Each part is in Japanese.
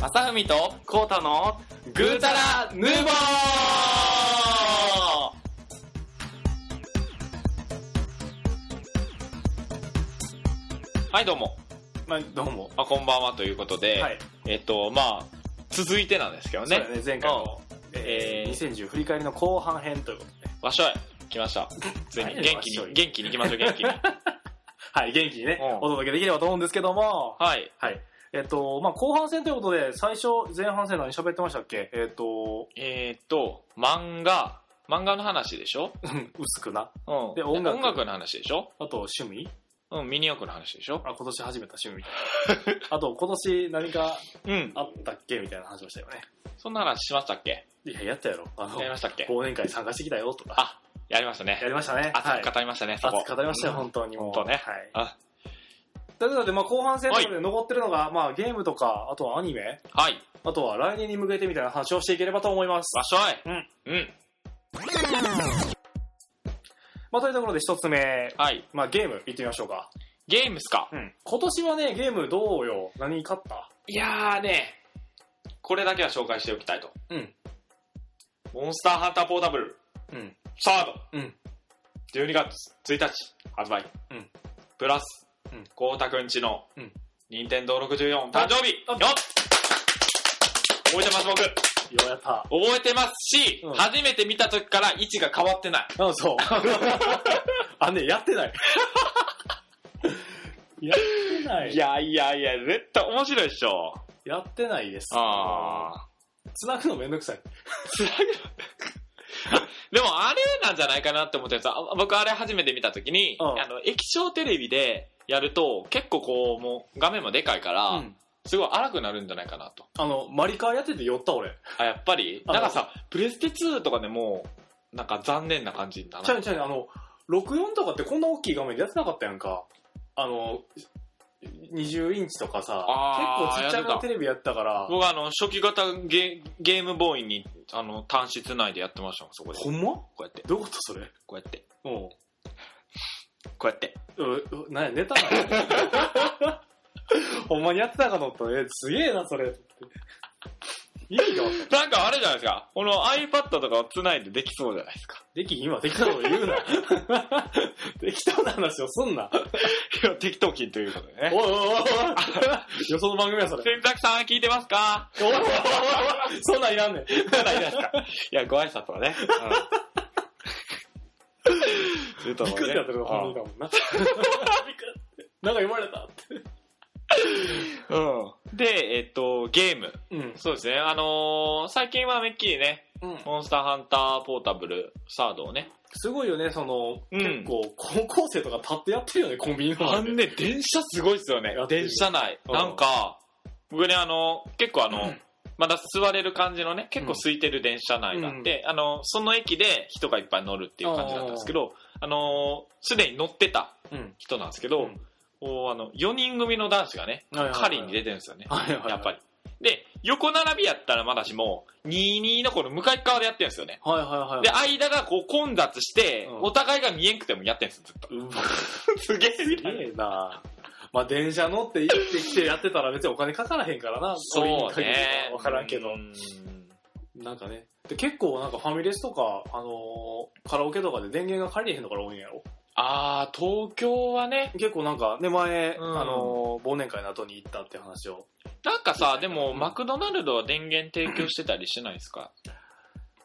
朝海とコータのグータラヌーボーはいどうもまあどうも、あこんばんはということで、はいえっとまあ続いてなんですけどそうねだね前回の、ええー、2010振り返りの後半編ということでわっしょい来ま したついには元い気わっしょにい元気に行きましょう元気 にはい元気にねうんお届けできればと思うんですけどもはいはいえっとまあ後半戦ということで最初前半戦何喋ってましたっけえっとえーっと漫画漫画の話でしょ、うん薄くなうん、で音楽の話でしょ、あと趣味うん、ミニ四駆の話でしょあ今年始めた趣味みた いなあと今年何かうんあったっけみたいな話をしたよねそんな話しましたっけいややったやろあのやりましたっけ忘年会参加してきたよとかあやりましたねやりましたね熱はいく語りましたね、そこ熱く語りましたよ、うん本当にもう。本当ねはい。あだってだって、まあ後半戦とかで残ってるのが、まあゲームとか、あとはアニメ、はいあとは来年に向けてみたいな話をしていければと思います。わっしょいうん、まあというところで一つ目、はいまあゲーム行ってみましょうか。ゲームっすかうん。今年はね、ゲームどうよ何買ったいやーねこれだけは紹介しておきたいとうんモンスターハンターポータブルうん。サードうん12月1日発売うんプラスうん光太くんちのうん任天堂64誕生日あよっ覚えてます僕ようやった。覚えてますし、うん初めて見た時から位置が変わってないあ、 そう。あ、ね、やってない。 やってない。いやいやいや絶対面白いでしょやってないです。ああつなぐのめんどくさい。 でもあれなんじゃないかなって思ってるんですよあ僕あれ初めて見た時に、うんあの液晶テレビでやると結構こうもう画面もでかいから、うんすごい荒くなるんじゃないかなとあの、マリカーやってて酔った俺。あやっぱりあなんかさプレステ2とかでもなんか残念な感じだちゃなうちゃうあの、64とかってこんな大きい画面でやってなかったやんか。あの、20インチとかさ、あー結構ちっちゃめやってたのテレビやってたから、僕あの初期型ゲゲームボーイにあの単室内でやってましたもんそこでほこんまうやってどういうことそれこうやってうんこうやってう。うなんや、寝たな。 ほんまにやってたかと思った。え、すげえな、それ。いいよ。なんかあれじゃないですかこの iPad とかをつないでできそうじゃないですか できひんわ、適当なこと言うな。 適当な話をすんな。いや適当金ということでおねいおいおいおい。よその番組や、 それ。洗濯さん聞いてますかおいおいおいおいそんなんいらんねん。ないですか。 いや、ご挨拶はね。うん。ビクってやってるの本人だもんな。ビクって。なんか読まれたって。うん。で、えっと、ゲーム。うん。そうですね。あのー最近はめっきりね、うん。モンスターハンターポータブルサードをね。すごいよね、その、うん結構、高校生とか立ってやってるよね、コンビニの前で。ね、電車すごいっすよねやってる電車内。うんなんか、僕ね、あの、結構あの、うんまだ座れる感じのね、結構空いてる電車内があって、あの、その駅で人がいっぱい乗るっていう感じだったんですけど、あのーすでに乗ってたうん。人なんですけど、うんこうあの4人組の男子がねはいはいはい狩りに出てるんですよね、はいはいはいやっぱりで横並びやったらまだしも22のこの向かい側でやってるんですよねはいはいはい。で間がこう混雑して、うんお互いが見えんくてもやってるんですずっとうわ、すげえみすげえなまあ、電車乗って行ってきてやってたら別にお金かからへんからな、そう取りに限りはねわからんけどう。んなんかね。で、結構なんかファミレスとか、あのーカラオケとかで電源が借りれへんのから多いんやろああ東京はね結構なんかね、前、うんあのー忘年会の後に行ったって話を。なんかさでもマクドナルドは電源提供してたりしないですか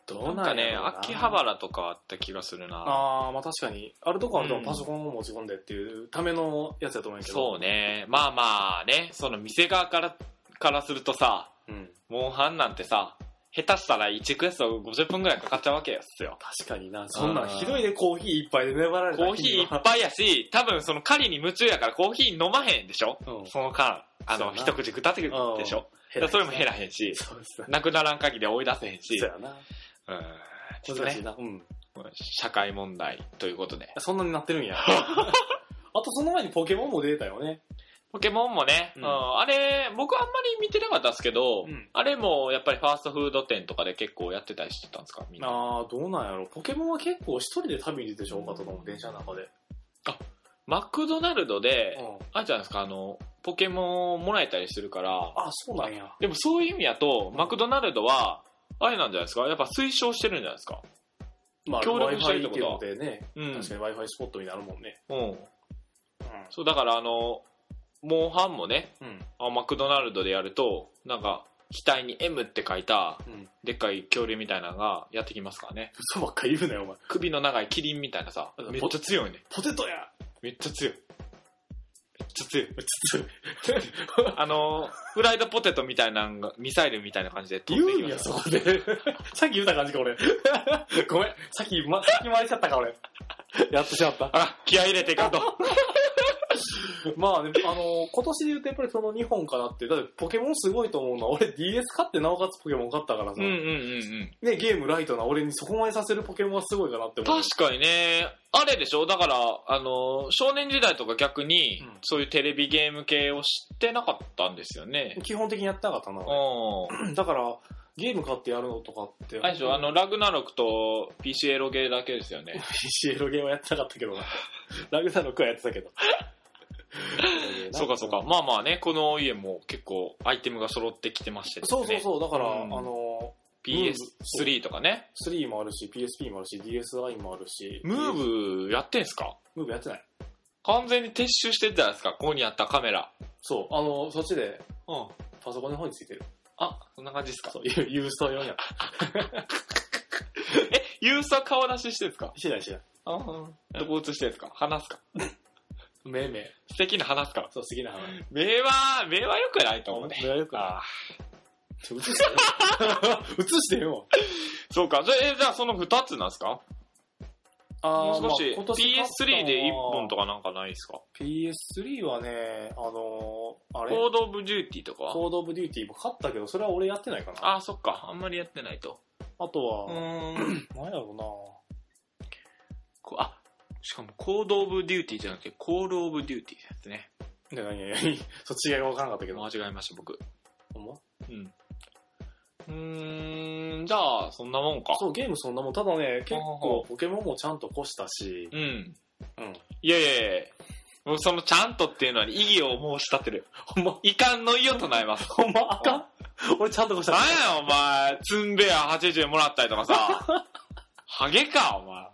どなうんなかんやねろうな秋葉原とかあった気がするなああ、まあ確かに。あるとこはでうもんパソコンを持ち込んでっていうためのやつやと思うんやけど。そうねまあまあねその店側からからするとさうん。モンハンなんてさ、下手したら1クエスト50分ぐらいかかっちゃうわけよっす よ。確かにな。そんなんひどいでコーヒー一杯で粘られたコーヒーいっぱいやし、多分その狩りに夢中やからコーヒー飲まへんでしょうん。その間、あその、うやな一口食ってくるでしょだからそれも減らへんし、そうですね。なくならん限りは追い出せへんし、そうやな。うん、ちょっと難しいね、な。うん。社会問題ということで。そんなになってる んや。あとその前にポケモンも出たよね。ポケモンもね、ううんんあれ、僕あんまり見てなかったですけど、うんあれもやっぱりファーストフード店とかで結構やってたりしてたんですかみんな。ああ、どうなんやろ。ポケモンは結構一人で旅に出てしょうかとかも電車の中で。マクドナルドで、うあれじゃないですか、あの、ポケモンもらえたりするから、あ、そうなんや。でもそういう意味だと、マクドナルドは、あれなんじゃないですかやっぱ推奨してるんじゃないですかまあ、協力したい Wi-Fi っっててこことはとでね、うん。確かに Wi-Fi スポットになるもんね。うん。そう、だからあの、モンハンもね、うん。うん。あマクドナルドでやると、なんか、額に M って書いた、うん。でっかい恐竜みたいなのがやってきますからね。嘘ばっか言うなよ、お前。首の長いキリンみたいなさ、めっちゃ強いね。ポテトやめっちゃ強い。めっちゃ強い。ちょっとあの、フライドポテトみたいなんが、ミサイルみたいな感じで飛言んでうきんまや、すそこで。 さっき言った感じか、俺。 ごめん。さっき、ま、先回りしちゃったか、俺。 やってしまった。あら、気合い入れていかんと。まあね、あの今年で言うとやっぱりその2本かなって。だってポケモンすごいと思うのは、俺 DS 買ってなおかつポケモン買ったからさ。 うんうんうんね、ゲームライトな俺にそこまでさせるポケモンはすごいかなってうん。思う。確かにね、あれでしょだから、あの、少年時代とか逆にうん、そういうテレビゲーム系を知ってなかったんですよね。基本的にやってなかったな。うん。だから、ゲーム買ってやるのとかって。あれでしょあの、ラグナロクと PC エロゲーだけですよね。 PC エロゲームはやってなかったけ どな。ラグナロクはやってたけど。そうかそうか。。まあまあね、この家も結構アイテムが揃ってきてましてですそうね。そうそう。だから、うんあの、 PS3 とかね。 3もあるし、PSP もあるし、DSi もあるし。ム DS ーブやってんすかムーブやってない。完全に撤収してたじゃないですか、ここにあったカメラ。そう。あの、そっちで、うん。パソコンの方についてる。あ、そんな感じですかそう、ユユースト用には。え、ユースは顔出ししてるんですかしてないしてない。あどこ映してるんですか話すかめいめい。素敵な話すかそう、好きな話。目は、目は良くないと思うね。よくあ映してよ。映してよ。ーそうか。じゃあ、えじゃあその2つなんですかもう少し、まあ今年買ったのは PS3 で1本とかなんかないですか PS3 はね、あのーあれ、コードオブデューティーとかはコードオブデューティーも買ったけど、それは俺やってないかな。ああー、そっか。あんまりやってないと。とうは、ーん。なんやろこあ、しかもコードオブデューティーじゃなくて、コールオブデューティーですね。うな。ね、何何そっちが分からなかったけど。間違えました、僕。ほんまうん。うーん、じゃあ、そんなもんか。そう、ゲームそんなもん。ただね、結ほうほ構ポケモンもちゃんと越したし、うん。うん。いやいやいやもうそのちゃんとっていうのに意義を申し立てる。ほんま、遺憾の意を唱えます。ほんま、あかん俺ちゃんと越したなん。やお前、ツンベア80円もらったりとかさ。 ハゲか、お前。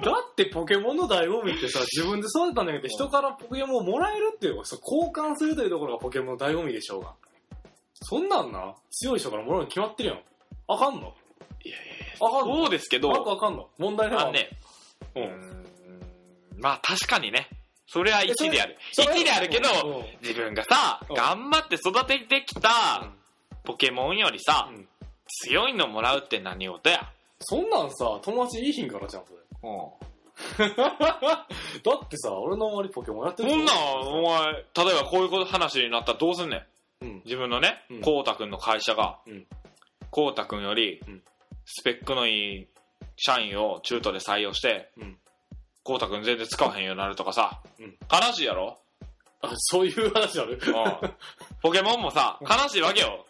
だってポケモンの醍醐味ってさ、自分で育てたんだけど、人からポケモンをもらえるっていう、そう交換するというところがポケモンの醍醐味でしょうが。そんなんな、強い人からもらうに決まってるやん。あかんのいやいやあかんのそうですけど、なんかあかんの問題ないあわの。ね、ううんん、まあ確かにね、それはえそ1れである。それ1であるけど、うん自分がさ、うん頑張って育ててきたポケモンよりさう、ん強いのもらうって何事や。そんなんさ、友達いいひんからじゃん、それ。うんだってさ、俺の周りポケモンやってそる人んなん、お前、例えばこういうこと話になったらどうすんねん。うん。自分のねうん、こうたくんの会社がうん、こうたくんよりうん、スペックのいい社員を中途で採用してうん、こうたくん全然使わへんようになるとかさうん、悲しいやろ あ、そういう話あるうんポケモンもさ、悲しいわけよ。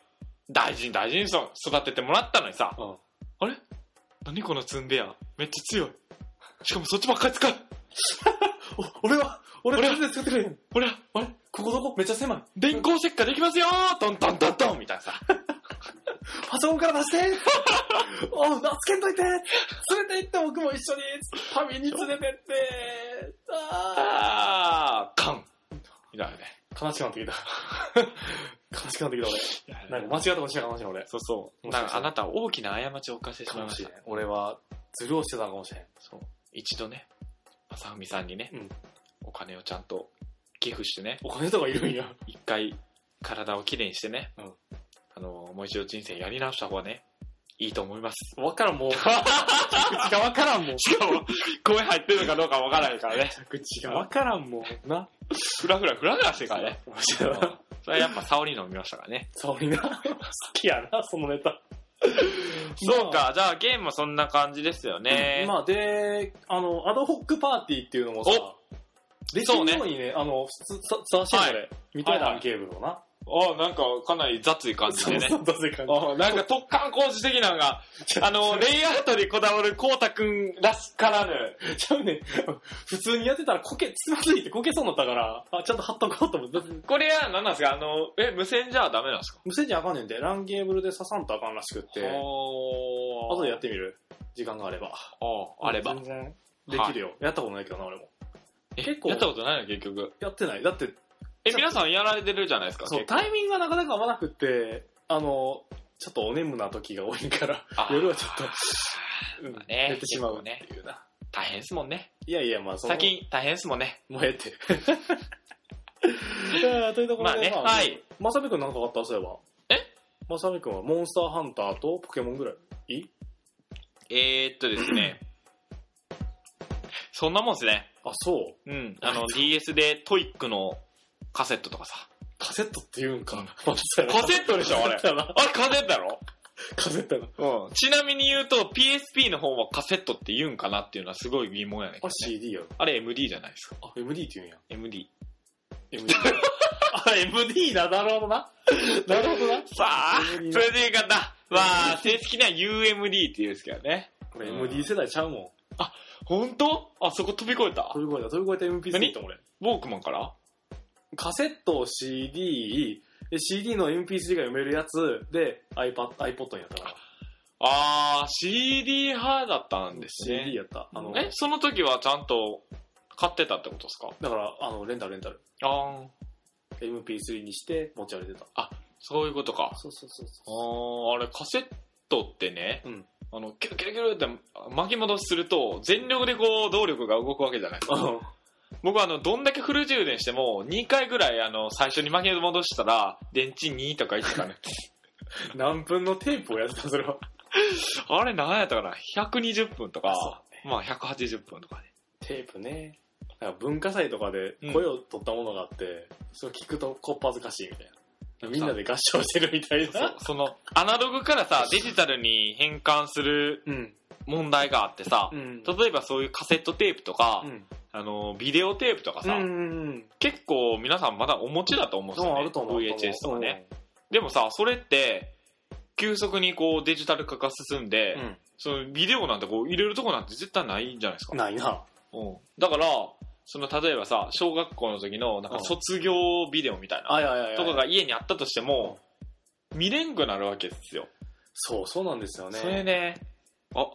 大事に大事にそ育ててもらったのにさ、うんあれ何このツンデアめっちゃ強い。しかもそっちばっかり使う。お俺は、俺俺俺はは全然使ってくれへん。ほら、あれここどこめっちゃ狭い。電光石火できますよートントントントンみたいなさ。 パソコンから出して おう、助けといて連れて行って僕も一緒に旅に連れてってああー、カン。みたいなね。ー悲しくなってきた。 悲しくなってきた俺。なんか間違ったことしたかもしれん俺。そうそう。もしなんかかしたあらなたは大きな過ちを犯してしかまいもまししれたん。。俺は、ズルをしてたのかもしれん。そう。一度ね、正文さんにね、うんお金をちゃんと寄付してね、お金とかいるんや。一回体をきれいにしてね、うんあのもう一度人生やり直した方がねいいと思いますわからんもう。口がわからんもう。しかも声入ってるのかどうかわからないからね口がわからんもう。な。フラフラフラフラしてるからね面白いな。それはやっぱ沙織飲みましたからね沙織な。好きやな、そのネタ。そうかじゃあゲームはそんな感じですよね、まあ、で、あの、アドホックパーティーっていうのもさ、できるようにね、あの、普通、さ、さわしてんの俺、ミトンはいハはンいケーブルをな。あなんかかなり雑い感じでね。 そうそう、感あなんか突貫工事的なのが、あの、レイアウトにこだわるこうたくんらしからぬ。じ。ちゃうね。普通にやってたらこけ、つまずいてこけそうになったから、あ、ちゃんと貼っとこうと思って。だってこれは何なんですかあの、え、無線じゃダメなんですか無線じゃあかんねんで、ランゲーブルで刺さんとあかんらしくって、あ後でやってみる時間があれば。ああれば全。然できるよ。やったことないけどな、俺も。え結構やったことないの結局。やってない。だって、え、ちょ皆さんやられてるじゃないですか。そう、結構タイミングがなかなか合わなくって、あの、ちょっとお眠な時が多いからあ、ー夜はちょっと、うんまあね寝てしまうっていうな。大変ですもんね。いやいや、まあ、その最、近大変ですもんね。もうええ って。えーというところまあで、ね、はい。まさみくんなんかあったそういえば。えまさみくんはモンスターハンターとポケモンぐらい。えー、っとです ね。そんなもんですね。あ、そう。うん。あの、DS でトイックのカセットとかさ。カセットって言うんか。うんカセ カセットでしょあれ カセットやなあれカセットだろカセットやな。うん。ちなみに言うと PSP の方はカセットって言うんかなっていうのはすごい疑問やねんけあど、れね。 CD やろ。あれ MD じゃないですか。あ、MD って言うんや。 MD。 MD。あ、MD な、なるほどな。 なるほどな。さあ、そ MD れでいいかな。まあ、正式には UMD って言うんですけどね。これ MD 世代ちゃうもん。本当あ、そこ飛び越えた。飛び越えた、飛び越えた MP3 って俺。ウォークマンからカセット、CD、で CD の MP3 が読めるやつで iPad、iPod にやったから。あー、CD 派だったんですね。 CD やった。あの、え、その時はちゃんと買ってたってことですかだから、あの、レンタルレンタル。あー、 MP3 にして持ち歩いてた。そういうことか。そうそうそうあー、あれカセットってね、うんあの、キュルキュルキュルって巻き戻しすると、全力でこう、動力が動くわけじゃないですか。そう。僕はあの、どんだけフル充電しても、2回ぐらいあの、最初に巻き戻したら、電池2とか1とかね。 何分のテープをやってた、それは。あれ何やったかな ?120 分とか、そうねまあ180分とかね。テープね。なんか文化祭とかで声を取ったものがあって、それ聞くとこっぱずかしいみたいな。みんなで合唱してるみたいそな。その、アナログからさ、デジタルに変換するうん。問題があってさう、ん。例えばそういうカセットテープとか、うん。あの、ビデオテープとかうんさ、うん。結構皆さんまだお持ちだと思うんですそうよあね。ると思う。 VHS とかね。でもさ、それって、急速にこうデジタル化が進んで、うん。そのビデオなんてこう入れるとこなんて絶対ないんじゃないですか。ないな。うん、だから、その例えばさ、小学校の時のなんかうん卒業ビデオみたいな、あ、いやいやいや。とかが家にあったとしても、見れんくなるわけですよ。そう、そうなんですよね。それね、あ、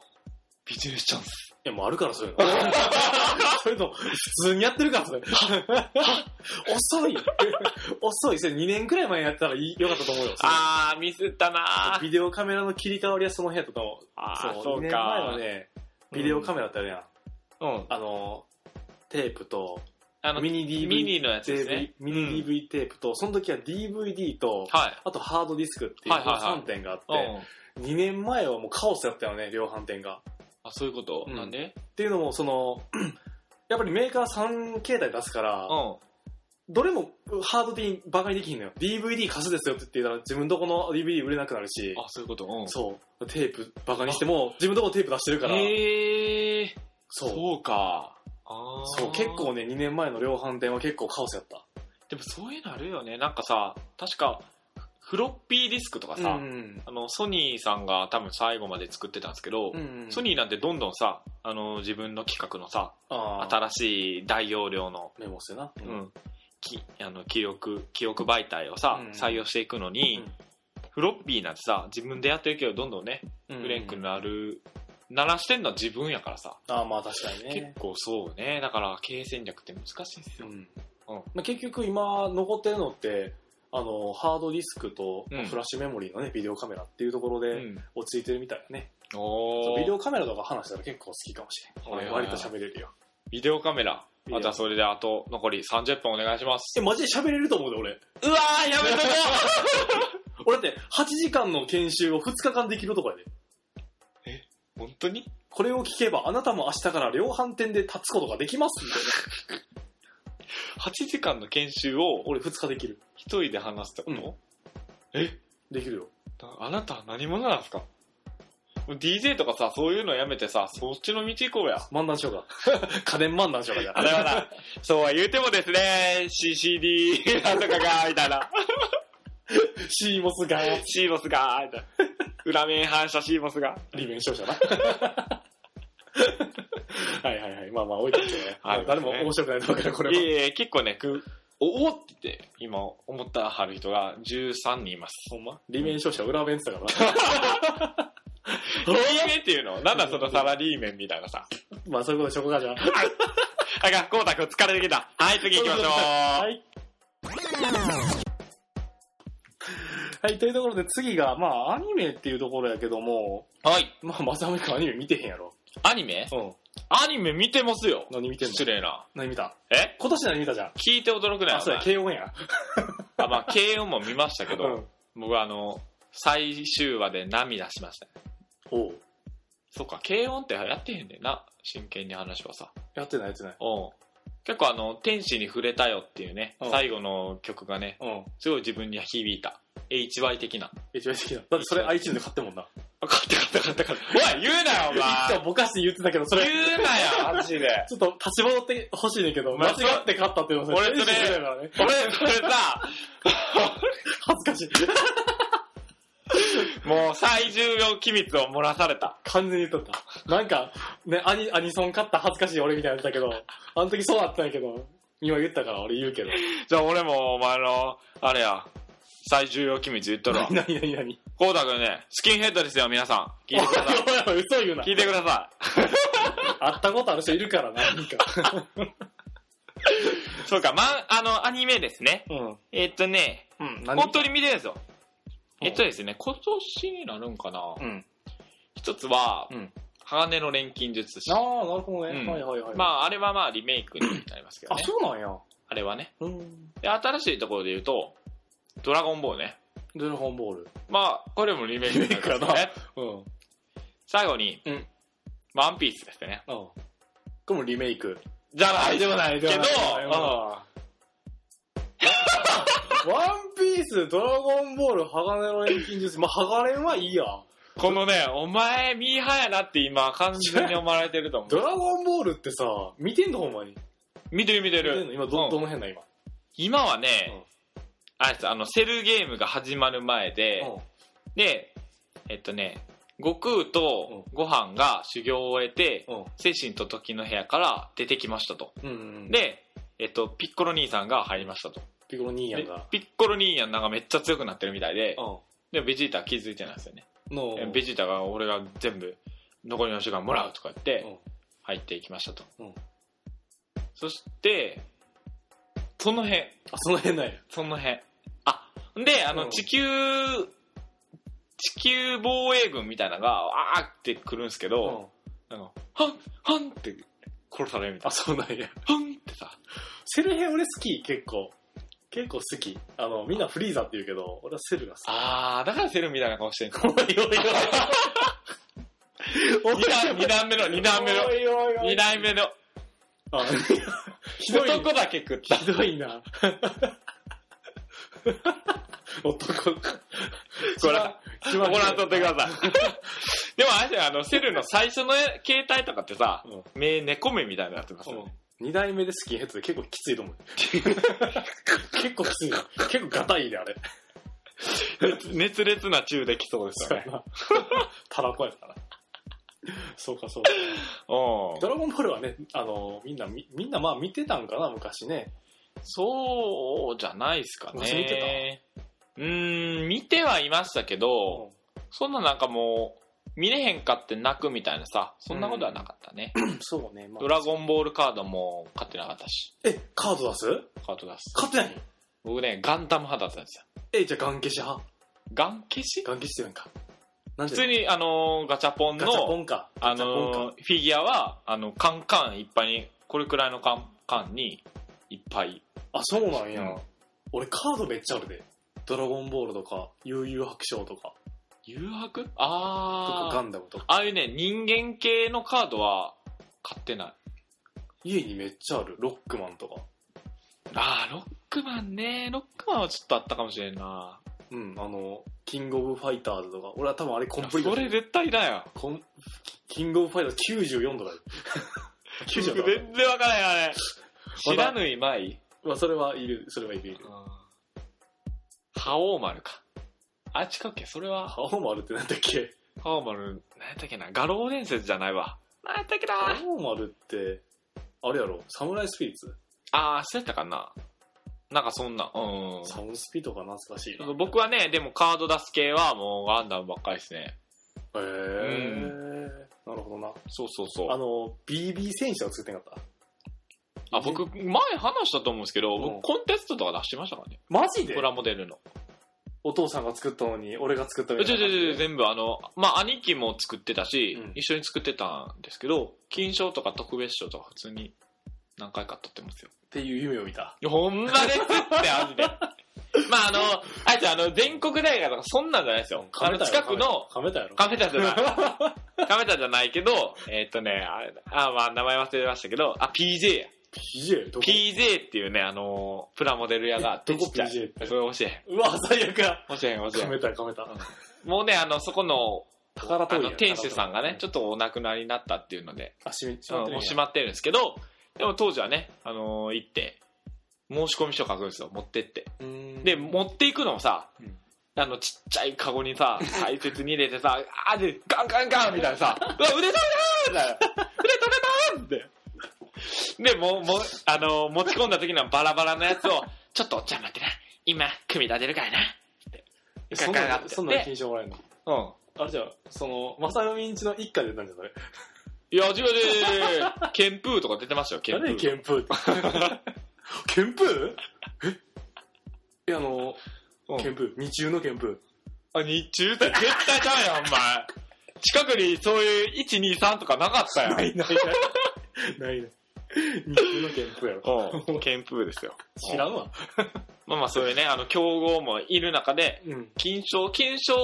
ビジネスチャンス。いや、もうあるから、そういうの。 そういうの、普通にやってるから、それ。 遅い 遅い。それ2年くらい前にやってたらいいよかったと思うよ。あー、ミスったなービデオカメラの切り替わりはその部屋とかも。あー、 2そう年前かは。ね、ビデオカメラってあるやん。うん。あの、テープと、あの、ミミニ DVD。ニのやつですね。ミニ DV テープと、その時は DVD と、はい。あとハードディスクっていうはいはいはい3点があって、うん。 2年前はもうカオスやったよね、量販店が。あ、そういうこと、うんなんでっていうのも、その、 やっぱりメーカー3形態出すから、うん。どれもハード的にバカにできひんのよ。DVD 貸すですよって言ってたら自分どこの DVD 売れなくなるし、あ、そういうことうん。そう。テープバカにしても、自分どこのテープ出してるから、へー、そう。そうか。あーそう、結構ね、2年前の量販店は結構カオスやった。でもそういうのあるよね。なんかさ、確か、フロッピーディスクとかさ、うんあの、ソニーさんが多分最後まで作ってたんですけど、うん。ソニーなんてどんどんさ、あの、自分の企画のさ、あー、新しい大容量の、メモしてな。うん、きあの、記憶、記憶媒体をさうん、採用していくのに、フロッピーなんてさ、自分でやってるけど、どんどんね、うん。フレンクになる、鳴らしてんのは自分やからさ、あーまあ確かに結ね。構そうね。だから、経営戦略って難しいですうよ。んうんまあ、結局今残ってるのって、あの、ハードディスクとうんフラッシュメモリーのね、ビデオカメラっていうところうでん。落ち着いてるみたいなね。おービデオカメラとか話したら結構好きかもしれん。はい俺はいはい割と喋れるよ。ビデオカメラ。ビデオあ、じゃあそれであと残り30分お願いします。え、マジで喋れると思うで、俺。うわー、やめとこ俺だって、8時間の研修を2日間できるとかやで。う 本当にこれを聞けば、あなたも明日から量販店で立つことができますみたいな。 ?8 時間の研修を俺2日できる。一人で話すってこと、できるよ。だあなたは何者なんですか ?DJ とかさ、そういうのやめてさ、そっちの道行こうや。漫談し ようか。家電漫談しようか、じゃあらあら、そうは言うてもですね、CCD なんとかが、みたいな。シーモスが、シーボスがーみたいな裏面反射シーボスが。リベン 勝者な。はいはいはい。まあまあ、置いといてね。はい誰も面白くないと思うから、こいれえは。いえ、結構ね、くおおって言って、今思ったはる人が13人います。ほんまリベン勝者裏弁って言ってたからな。平面っていうのなんだそのサラリーメンみたいなさ。まあ、そういうことでしょうか、じゃあ。あ、学校だ、今日疲れてきた。はい、次行きましょう。はい。はい、というところで次が、まあ、アニメっていうところやけども、はい。まあ、まさむくんアニメ見てへんやろ。アニメうん。アニメ見てますよ。何見てんの失礼な。何見たえ今年何見たじゃん。聞いて驚くなよあ、。そうや、お前 k o や。あ、まあ、慶応も見ましたけうど、ん。僕はあの、最終話で涙しましたね。おうそっか、軽音ってやってへんねんな。真剣に話はさ。やってない、やってない。うん。結構あの、天使に触れたよっていうねうん、最後の曲がね、うん。すごい自分には響いた。HY 的な。一番好きな。だってそれ iTunes で買ってんもんな。あ、買って買った買った買った。おい、言うな よ、お一 回ぼかして言ってたけど、それ前。。言うなよ、マジで。ちょっと立ち戻ってほしいねんけど、ま間違あって勝ったっていうのは俺それ選手だからね。俺、それさ、恥ずかしい。もう最重要機密を漏らされた。完全に言っとった。なんか、ね、アニ、アニソン勝った恥ずかしい俺みたいなやつだけど、あの時そうだったんやけど、今言ったから俺言うけど。じゃあ俺もお前の、あれや、最重要機密言っとるわ な。になになにこうだくんね、スキンヘッドですよ、皆さん。聞いてくださ い。 おいおい嘘言うな聞。いてくださ会ったことある人いるからな、なんか。い。そうか、ま、あの、アニメですね。うん。えっとね、うん、本当に見てるんですよ。うんえっとですね、今年になるんかな、うん。一つは、うん鋼の錬金術師あ。あ、なるほどね。うんはいはいはい。まあ、あ、あれはまあ、リメイクになりますけどあ、ね。そうなんや。あれはね。うん。で、新しいところで言うと、ドラゴンボールね。ドラゴンボール。まあ、これもリメイクになりますよリメイね。うん。最後に、うんワンピースですね。あこれもリメイク。じゃない。もないでもないけど、 うんワンピース、ドラゴンボール、鋼の錬金術。まあ、鋼はいいや。このね、お前、ミーハーやなって今、完全に思われてると思ドう。ラゴンボールってさ、見てんのほんまに。見見てる見ててる。んの今ど、うんどの辺だ今。今はね、あれです、あの、セルゲームが始まる前で、で、えっとね、悟空とご飯が修行を終えて、うん。精神と時の部屋から出てきましたと。うん。うん。で、で、えっと、ピッコロ兄さんが入りましたと。ピコロ兄やんでが。ピッコロ兄やんなんかめっちゃ強くなってるみたいで、うで、ベジータは気づいてないんですよね。ん。の、ベジータが俺が全部残りの時間もらうとか言って、入っていきましたと。うんそして、その辺、あ、その辺なんや。その辺。あ、で、あうの、ん地球、地球防衛軍みたいなのが、あーって来るんですけど、ん。あの、ハンハンって殺されるみたいあ、そうなんや。な。ハンってさ、セル編俺好き、結構。結構好き。あの、みんなフリーザって言うけど、俺はセルが好き。あー、だからセルみたいな顔 してんの。おいおいおい。二段二段目の、二段目の、おいおいおい二段目の、あひどい。男だけ食った。ひど いな。男。ご覧、一ご番、覧になってくださ い。でもあれだよ、あの、セルの最初の携帯とかってさ、うん目、猫目みたいになってますよね。二代目でスキンヘッドで結構きついと 思う。結構きついな。結構ガタいいで、あれ。熱烈な中できそうですよね。 たらこやから。そうか、そうか。うんドラゴンボールはね、あの、みんな、みみんなまあ見てたんかな、昔ね。そうじゃないですかね。昔見てうーん、見てはいましたけど、そんななんかもう、見れへんかって泣くみたいなさ、そんなことはなかったね。そうね、まドラゴンボールカードも買ってなかったし、え、カード出すカード出す。勝てない僕ね、ガンダム派だったんですよ。え、じゃあガン消し派ガン消しガン消しって言うんか。なん普で通に、あのーガチャポンガチャポの、ンか。あガチャポのンかーフィギュアは、あの、カンカンいっぱいに、これくらいのカンカンに、いっぱい。あ、そうなんや。うん俺カードめっちゃあるで。ドラゴンボールとか、悠々白書とか、誘惑とかあガあ。ンダムとか。ああいうね、人間系のカードは、買ってない。家にめっちゃある。ロックマンとか。ああ、ロックマンね。ロックマンはちょっとあったかもしれんな。うん、あの、キングオブファイターズとか。俺は多分あれコンプリートそれ絶対だよ。コンキングオブファイターズ94とかある。 全90だ。然わからへん、あれ。知らぬいまい。まあ、それはいる、それはいるいる。覇王丸か。あ、違うっけそれは、青丸ってなんだっけ青丸、何やったっけな画廊伝説じゃないわ。何やったっけな青丸って、あれやろ、サムライスピリッツあー、そうやったかななんかそんな、うん。サムスピとか懐かしいな。僕はね、でもカード出す系はもうガンダムばっかりですね。へー。なるほどな。そうそうそう。ああの、BB 戦士は作ってなかった僕、前話したと思うんですけど、うん僕コンテストとか出してましたからね。マジでプラモデルの。お父さんが作ったのに、俺が作ったみえたちいょなちょ感じちで。ょ全部あの、まあ、兄貴も作ってたし、うん一緒に作ってたんですけど、金賞とか特別賞とか普通に何回か取ってますよ。っていう夢を見た。いやほんまですって、マジで。 まあ、あの、あいつあの、全国大会とかそんなんじゃないですよ。あの、近くの、カメたやろ。カメタじゃない。 カメタじゃないけど、えーっとね、あれ、あ、まあ、名前忘れましたけど、あ、PJ や。 PJ? どこ PJ っていうね、あのープラモデル屋があって、どこちっちゃい PJ ってそれ教えへうわ、最悪や。ん。教えへん、教えへカメん。たカメた。もうね、あの、そこの、宝あ通りのや。店主さんがね、ちょょっっとお亡くなりになったっていうので、と、あ、しめ、しあのもう閉まってるんですけど、でも当時はね、あのー行って、申し込み書書くんですよ、持ってって。で、で、持っていくのをさうん、あの、ちっちゃいカゴに さ、大切に入れてさ、あーで、ガンガンガンみたいなさ、うわ、腕取れたーみた いな。腕取れたーって。で、もう、もう、あのー持ち込んだ時のバラバラのやつを、 ちょっとおっちゃん待ってな。今、組み立てるからな。って。そんガンガンなガンん、ってそんなやんって金賞もらえるのうん。あれじゃあ、その、まさよみんちの一家で出たんじゃないいや、違う違う違う違う。剣風とか出てましたよ、剣風。誰ケンプーって。 ケンプーえいや、あの、うんケンプー。日中のケンプあ、日中って絶対ちゃうやん、お前。近くにそういう1、2、3とかなかったやー。ん。いないない。ないない。日中のケンプーやろ。うん。剣風ですよ。知らんわ。まあまあ、そういうね、あの、競合もいる中で、うん。金賞、金賞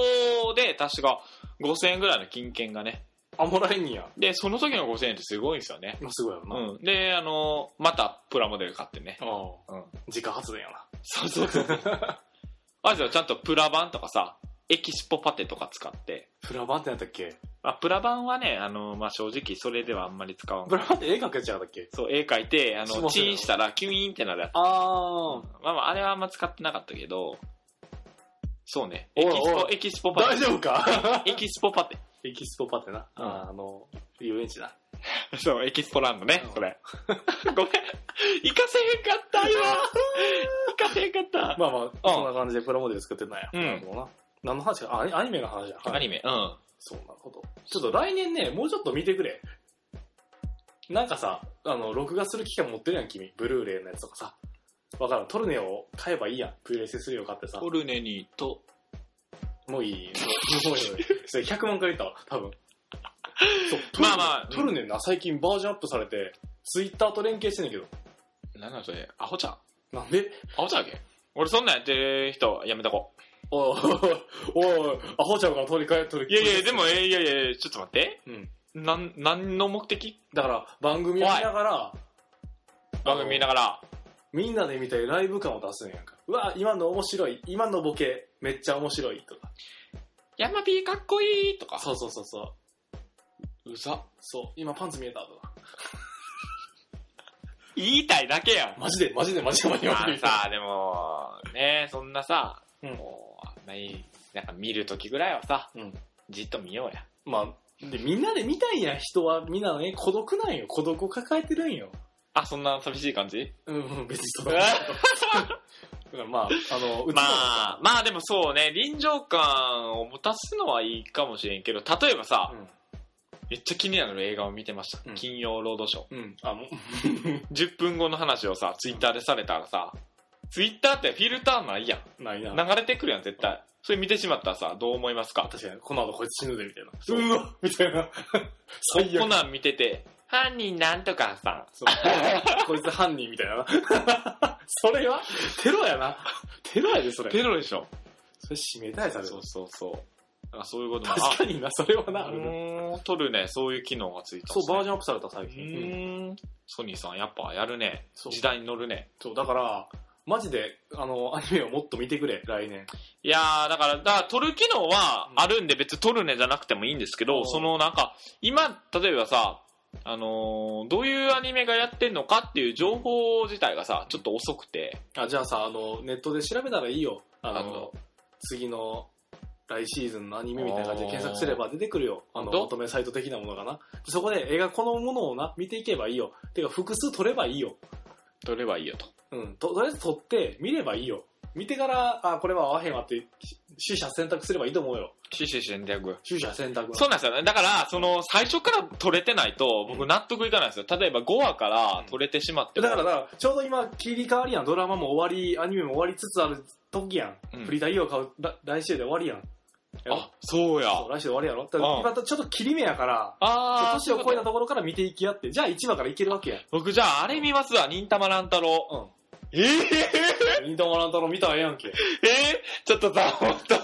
で確か5000円ぐらいの金券がね。あ、もらえんや。で、その時の5000円ってすごいんですよね。まあ、すごいやろな。あうん。で、あの、またプラモデル買ってね。あ。うん。自家発電やな。そうそうそう。 あいつはちゃんとプラ版とかさ、エキスポパテとか使って、プラバンってなったっけまあ、プラ版はね、あの、まあ、正直それではあんまり使わんプラバンって絵描けちゃうだっけそう、絵描いて、あしの、ますチよンしたら、キュイーンってなるやつ。あまあまあ、あれはあんま使ってなかったけど、そうね。おいエおいキスポ、エキスポパ 大丈夫かテ。エキスポパテ。エキスポパってな。うんあーあの、遊園地な。 そう、エキスポランドねうん、それ。 ごめん。行かせへんかった、 今。行かせへんかった。まあまあ、そんな感じでプラモデル作ってんだよ。うんなるほどな。何の話か、あアニアニメの話だ。アニメ、うん。そう、なるほど。ちょっと来年ね、もうちょっと見てくれ。なんかさ、あの、録画する機械持ってるやん、君。ブルーレイのやつとかさ。わからん。トルネを買えばいいやん。ブルーレイセスリーを買ってさ。コルネニーと、もういい。もうもういい。 それ100万回言ったわ、多分。そうまあまあトルネトルネな、最近バージョンアップされて、ツイッターと連携してんねんけど。なんだそれ、アホちゃん。なんでアホちゃんやっけ俺そんなんやってる人、やめとこおいおい、おい、アホちゃんから取り替え、取う。りい替やえ。いや、でも、えいやいやいや、ちょっと待って。うん。なん、何の目的だから、番組を見ながら、番組見ながら。みんなで見たいライブ感を出すんやんか。うわ、今の面白い。今のボケ、めっちゃ面白い。とか。山 P かっこいいとか。そうそうそうそう。うざ。そう、今パンツ見えた。とか。言いたいだけ やん。マジで、マジで、マジで、マジで。まあさ、でも、ねそんなさ、うんもう、あんまり、なんか見るときぐらいはさ、うんじっと見ようや。まあ、で、みんなで見たいんや人は、みんなね、孤独なんよ。孤独を抱えてるんよ。あ、そんな寂しい感じうんうん、別にそう。だかま らまあ、あの、うちの、あ、まあでもそうね、臨場感を持たすのはいいかもしれんけど、例えばさ、めっちゃ気になる映画を見てました。うん金曜ロードショー。うん、うん、あ、もう、 10分後の話をさ、ツイッターでされたらさ、ツイッターってフィルターないやん。ないな。流れてくるやん、絶対。それ見てしまったらさ、どう思いますか確かに、この後こいつ死ぬで、みたいな。そううわ、みたいな。最コ悪。ナン見てて、犯人なんとかさん。そうこいつ犯人みたいな。 それはテロやな。テロやで、それ。テロでしょ。それ指名対されそるう。そうそう。あそういうことも確かにな、それはな、ああうるねーん、取るね、そういう機能がついたんですそね、う、バージョンアップされた、最う近。ーん。ソニーさん、やっぱやるね。そう時代に乗るね。そう、だから、マジで、あの、アニメをもっと見てくれ、来年。いやー、だから、だから取る機能はうんあるんで、別に取るねじゃなくてもいいんですけおど、うそのなんか、今、例えばさ、あのーどういうアニメがやってんのかっていう情報自体がさ、ちょっと遅くて、あ、じゃあさ、あの、ネットで調べたらいいよ。あの、あの次の、来シーズンのアニメみたいな感じで検索すれば出てくるよ。あの、ど求めサイト的なものがな。そこで映画このものをな、見ていけばいいよ。てか、複数撮ればいいよ。取ればいいよと。うん。と、とりあえず撮って、見ればいいよ。見てから、あ、これは合わへんわって、し取捨選択すればいいと思うよ。シシシ略。取捨選択。そうなんですよね。だから、その、最初から取れてないと、僕納得いかないんですよ。例えば5話から取れてしまってもだから、だからちょうど今、切り替わりやん。ドラマも終わり、アニメも終わりつつある時やん。うんフリーダイヤを買う、ら来週で終わりやん。あ、そうや。そう来週で終わりやろ。だからうん今とちょっと切り目やから、あー年を越えたところから見ていきやって、じゃあ1話からいけるわけやん。僕じゃあ、あれ見ますわ、忍たま乱太郎。うん。えー、忍たま乱太郎見たらええやんけ。えー、ちょっとさ、もっと、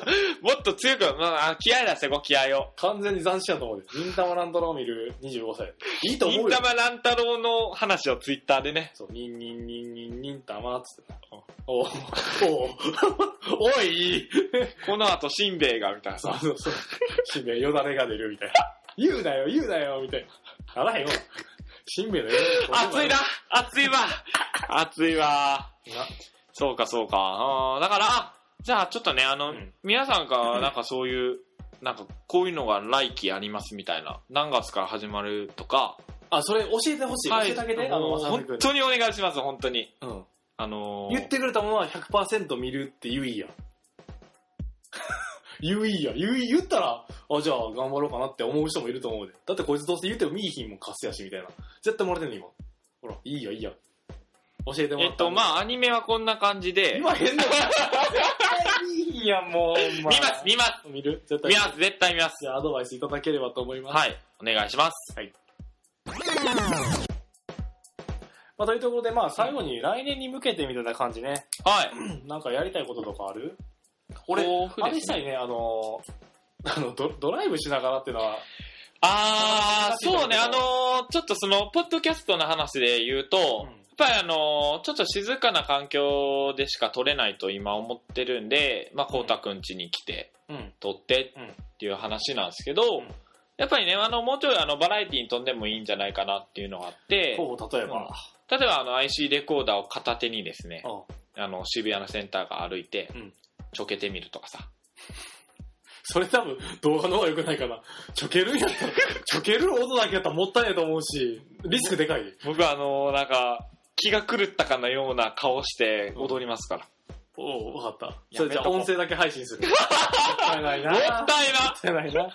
もっと強く、まああ、気合い出してこう、気合を。完全に斬新やと思うで。忍たま乱太郎見る25歳。いいと思忍うよた。ま乱太郎の話をツイッターでね。そう、にんにんにんにんにんたまっつってな。おおおいこの後、しんべヱが、みたいなそさ。うそうそう。しんべヱよだれが出るみたいな。言うなよ、言うなよ、みたいな。ならへんわ。しんべヱのよだれ熱いな熱 いわ熱いわなそうか、そうか。あーだから、あじゃあ、ちょっとね、あの、うん皆さんが、なんかそういう、なんか、こういうのが来期ありますみたいな。何月から始まるとか。あ、それ教えてほしい。教えてあげて、あの、もうまさみく本ん。当にお願いします、本当に。うんあのー言ってくれたものは100%見るって言いや。 言いや。言い、言ったら、あ、じゃあ頑張ろうかなって思う人もいると思うで。だってこいつどうせ言うても見いひんもん、カスやし、みたいな。絶対もらってんの、今。ほら、いいや、いいや。教えてもえらっと、あ、まあアニメはこんな感じで、今変な。絶対見いひんやん、もう。見見ます、見ます、見る絶対見ます、絶対見ます。じゃあアドバイスいただければと思います。はい、お願いします。まあ、というところで、まあ、最後に来年に向けてみたいな感じね。はい。なんかやりたいこととかある俺豊富あれでしすねたいね、あの ー、あのド、ドライブしながらっていうのは、あー、そうね、ああのーちょっとその、ポッドキャストの話で言うと、やっぱりあのーちょっと静かな環境でしか撮れないと今思ってるんで、まあ、こうたくん家に来てうん。うん。撮ってうんっていう話なんですけど、うんやっぱりね、あの、もうちょいあの、バラエティに飛んでもいいんじゃないかなっていうのがあって、ほぼ例えうんば、例えばあの、IC レコーダーを片手にですね、うんあの、渋谷のセンターが歩いて、うんちょけてみるとかさ。それ多分動画の方が良くないかな。ちょけるんやったら、 ちょける音だけやったらもったいないと思うし、リスクでかいで。僕はあのーなんか、気が狂ったかのような顔して踊りますから。おお、わかった。やそめれとじゃこあ音声だけ配信する。もったいないな。ももっったいないないな。ま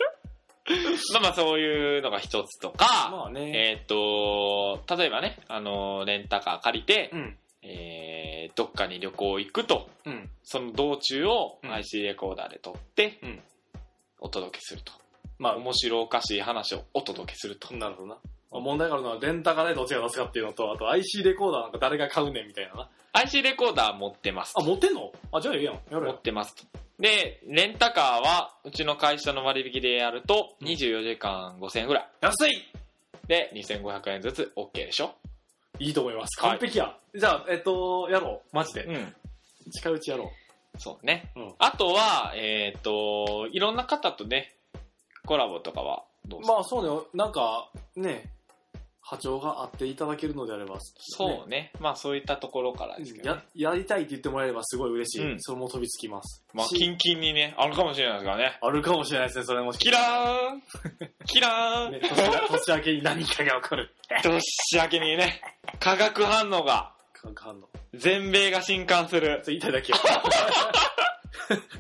あまあそういうのが一つとか、 まあね。えーっと、例えばね、あのーレンタカー借りて、うん。えーどっかに旅行行くと、うん。その道中をうん IC レコーダーで撮って、うんお届けすると。まあ、面白おかしい話をお届けすると。なるほどな。まあ問題があるのは、レンタカーでどっちが出すかっていうのと、あと IC レコーダーなんか誰が買うねんみたいなな。 IC レコーダー持ってますとあ、持ってんのあ、じゃあええやん。やろう持よってますと。で、レンタカーは、うちの会社の割引でやると、うん24時間5000円ぐらい。安いで、2500円ずつ OK でしょいいと思います。はい完璧や。じゃあ、えっと、やろう。マジで。ん。近いうちやろそうね。う。うん。あとは、えっ、と、いろんな方とね、コラボとかはどうですか、まあそうね、なんか、ね、波長が合っていただけるのであれば、そうね。まあそういったところからですけど、ねや。やりたいって言ってもらえればすごい嬉しい。うんそれも飛びつきます。まあしキンキンにね、あるかもしれないですからね。あるかもしれないですね、それもしかしキたら。ラ ーンキラーン、ね、 年年明けに何かが起こる。年明けにね、化学反応が、かかんの。全米が震撼する。それ言いたいだけよ。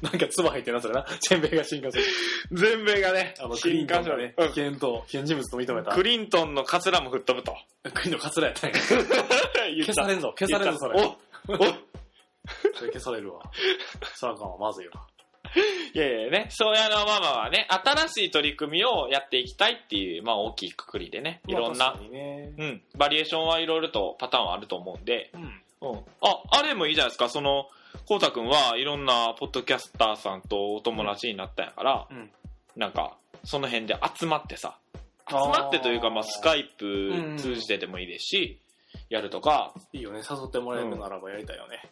なんか唾入ってるな、それな。全米が進化する。全米がね、あの、ク震リント撼ンするがね、う危ん険と、危険人物と認めた。クリントンのカツラも吹っ飛ぶ と。クリンのカツラやったんや。言消されんぞ、消されんぞ、それ。おおそれ消され るわ。そらあかんわ、まずいわ。いやいやね、そういうあのママはね、新しい取り組みをやっていきたいっていう、まあ大きいくくりでね、いろんまなあ確、かにね。うん、バリエーションはいろいろとパターンはあると思うんで、うん。うん。あ、あれもいいじゃないですか、その、こうたくんはいろんなポッドキャスターさんとお友達になったんやから、うんなんか、その辺で集まってさ、集まってというか、まあスカイうプん通じてでもいいですし、やるとか、いいよね、誘ってもらえるならばやりたいよね。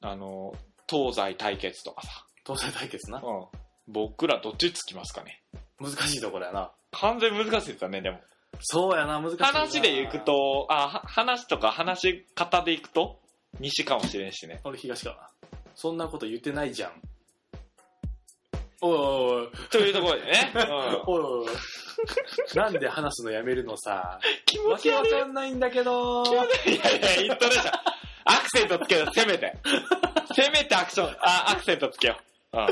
あの、東西対決とかさ、東西対決な。うん。僕らどっちつきますかね。難しいところやな。完全難しいですよね、でも。そうやな、難しいな。話でいく。と、あ、は話とか話し方でいくと、西かもしれんしね。俺東かな。そんなこと言ってないじゃん。おいおいというところでね。うんおい おいおい。なんで話すのやめるのさ。気持わちけわ悪い。かんないんだけど。いやいや、イントネーション。アクセントつけよう、せめ て。せめてアクション、あ、アクセントつけよう。うん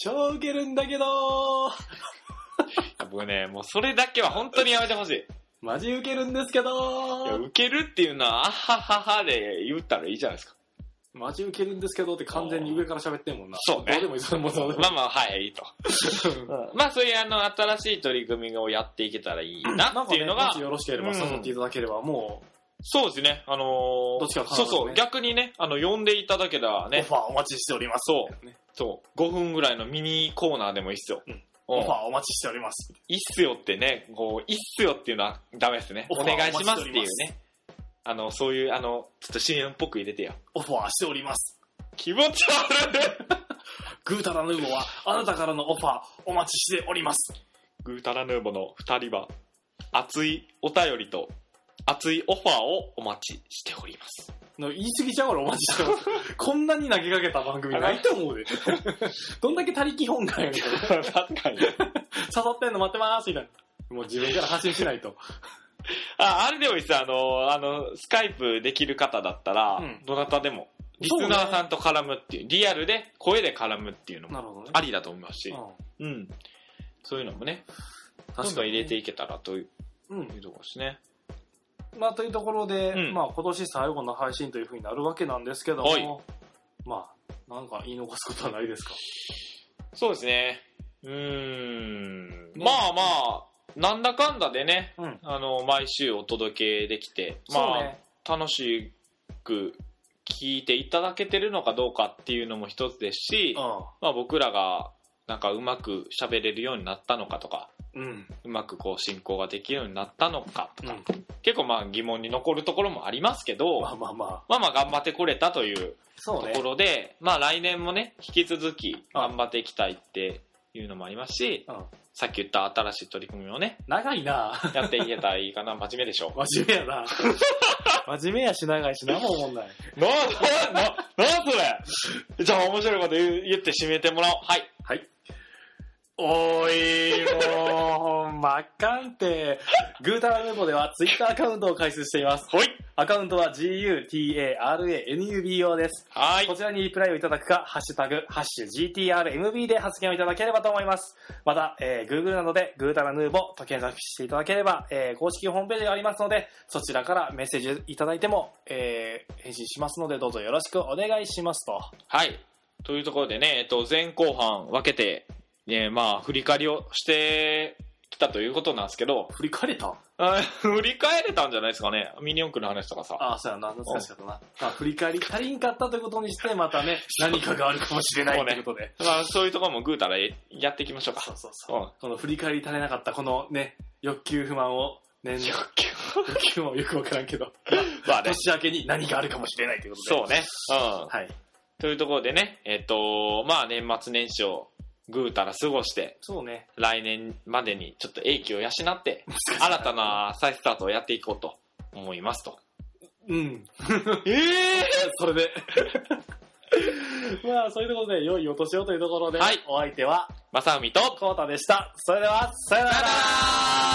超ウケるんだけど。僕ね、もうそれだけは本当にやめてほしい。マジウケるんですけいや、ど。ウケるっていうのは、あはははで言ったらいいじゃないですか。マジウケるんですけどって完全に上から喋ってんもんな。そうねどうでもいい、それもそうでもいいまあまあ、はい、いいと。まあ、そういうあの、新しい取り組みをやっていけたらいいななんってかいうね、のもがし、よろしければ誘っていただければ、もそうですね、あのーどっちか考えそますねうそう、逆にね、あの、呼んでいただけたらう、オね、ファーお待ちしております。そうね。そう、5分ぐらいのミニコーナーでもいいっすよ。うんうんオファーお待ちしております。いいっすよってね、こう、いいっすよっていうのはダメですね。オおファー願いしますっていうお待ちしておりね。あの、そういう、あの、ちょっと CM っぽく入れてよ。オファーしております。気持ち悪いグータラヌーボは、あなたからのオファーお待ちしております。グータラヌーボの二人は、熱いお便りと、熱いオファーをお待ちしており ます。の言い過ぎちゃうからお待ちしてます。 こんなに投げかけた番組ないと 思うで。どんだけ他力本願やねん。刺確かに。さってんの待ってますみたいな。もう自分から発信しないと。あ、あれでもいいですあの、あの、スカイプできる方だったら、うんどなたでも、リそうねスナーさんと絡むっていう、リアルで声で絡むっていうのもなるほどね。ありだと思いますし、ううん。そういうのもね、んどんどん入れていいけたらというく。うん。いうところですね。まあ、というところで、うんまあ、今年最後の配信というふうになるわけなんですけどはいも、まあ、なんか言い残すことはないですかそうですね。うーん。ねまあまあ、なんだかんだでね、うんあの、毎週お届けできて、まあ、楽しく聞いていただけてるのかどうかっていうのも一つですし、そまあ僕らが、なんかうまく喋れるようになったのかとか、うね。うん。うん。うまくこう進行ができるようになったのかとか、うん結構まあ疑問に残るところもありますけど、まあまあまあ。まあまあ頑張ってこれたというそうとねこ。ろで、まあ来年もね、引き続きあ頑張っていきたいっていうのもありますし、うんさっき言った新しい取り組みをね、 長い なやっていけたらいいかな、真面目でしょ。真面目やな真面目やし長いし何も思んない。 な、な、な、な、それじゃあ面白いこと言う言って締めてもらおう。はい。おい、もう、ほんまあかんて。グータラメモではツイッターアカウントを開設しています。ほい。アカウントは GUTARANUBO です。はこい。ちらにリプライをいただくか、ハッシュタグ、ハッシュ GTRMB で発言をいただければと思います。また、えー Google などで、グータラヌーボと検索していただければ、えー公式ホームページがありますので、そちらからメッセージいただいても、えー返信しますので、どうぞよろしくお願いしますと。はい。というところでね、えっと、前後半分けて、えーまあ、振り返りをしてきたということなんですけど、振り返れたあ振り返れたんじゃないですかね。ミニ四駆の話とかさ。ああ、そうやな、懐かしかったな。まあ、振り返り足りんかったということにして、また ね、何かがあるかもしれないということで。まあ、そういうところもぐうたらやっていきましょうか。そうそうそう。うん。この振り返り足りなかった、このね、欲求不満を、ね、欲 欲求。求もよくわからんけど、まあね。年明けに何かあるかもしれないということそで。うね。うん。はい。というところでね、えっ、と、まあ年末年始をぐうたら過ごして、そうね。来年までにちょっと英気を養 って、新たな再スタートをやっていこうと思いますと。うん。えそれで。 まあ、そういうことで、良いお年をというところで、はいお相手は、まさうみと、コウタでした。それでは、さよならバイバーイ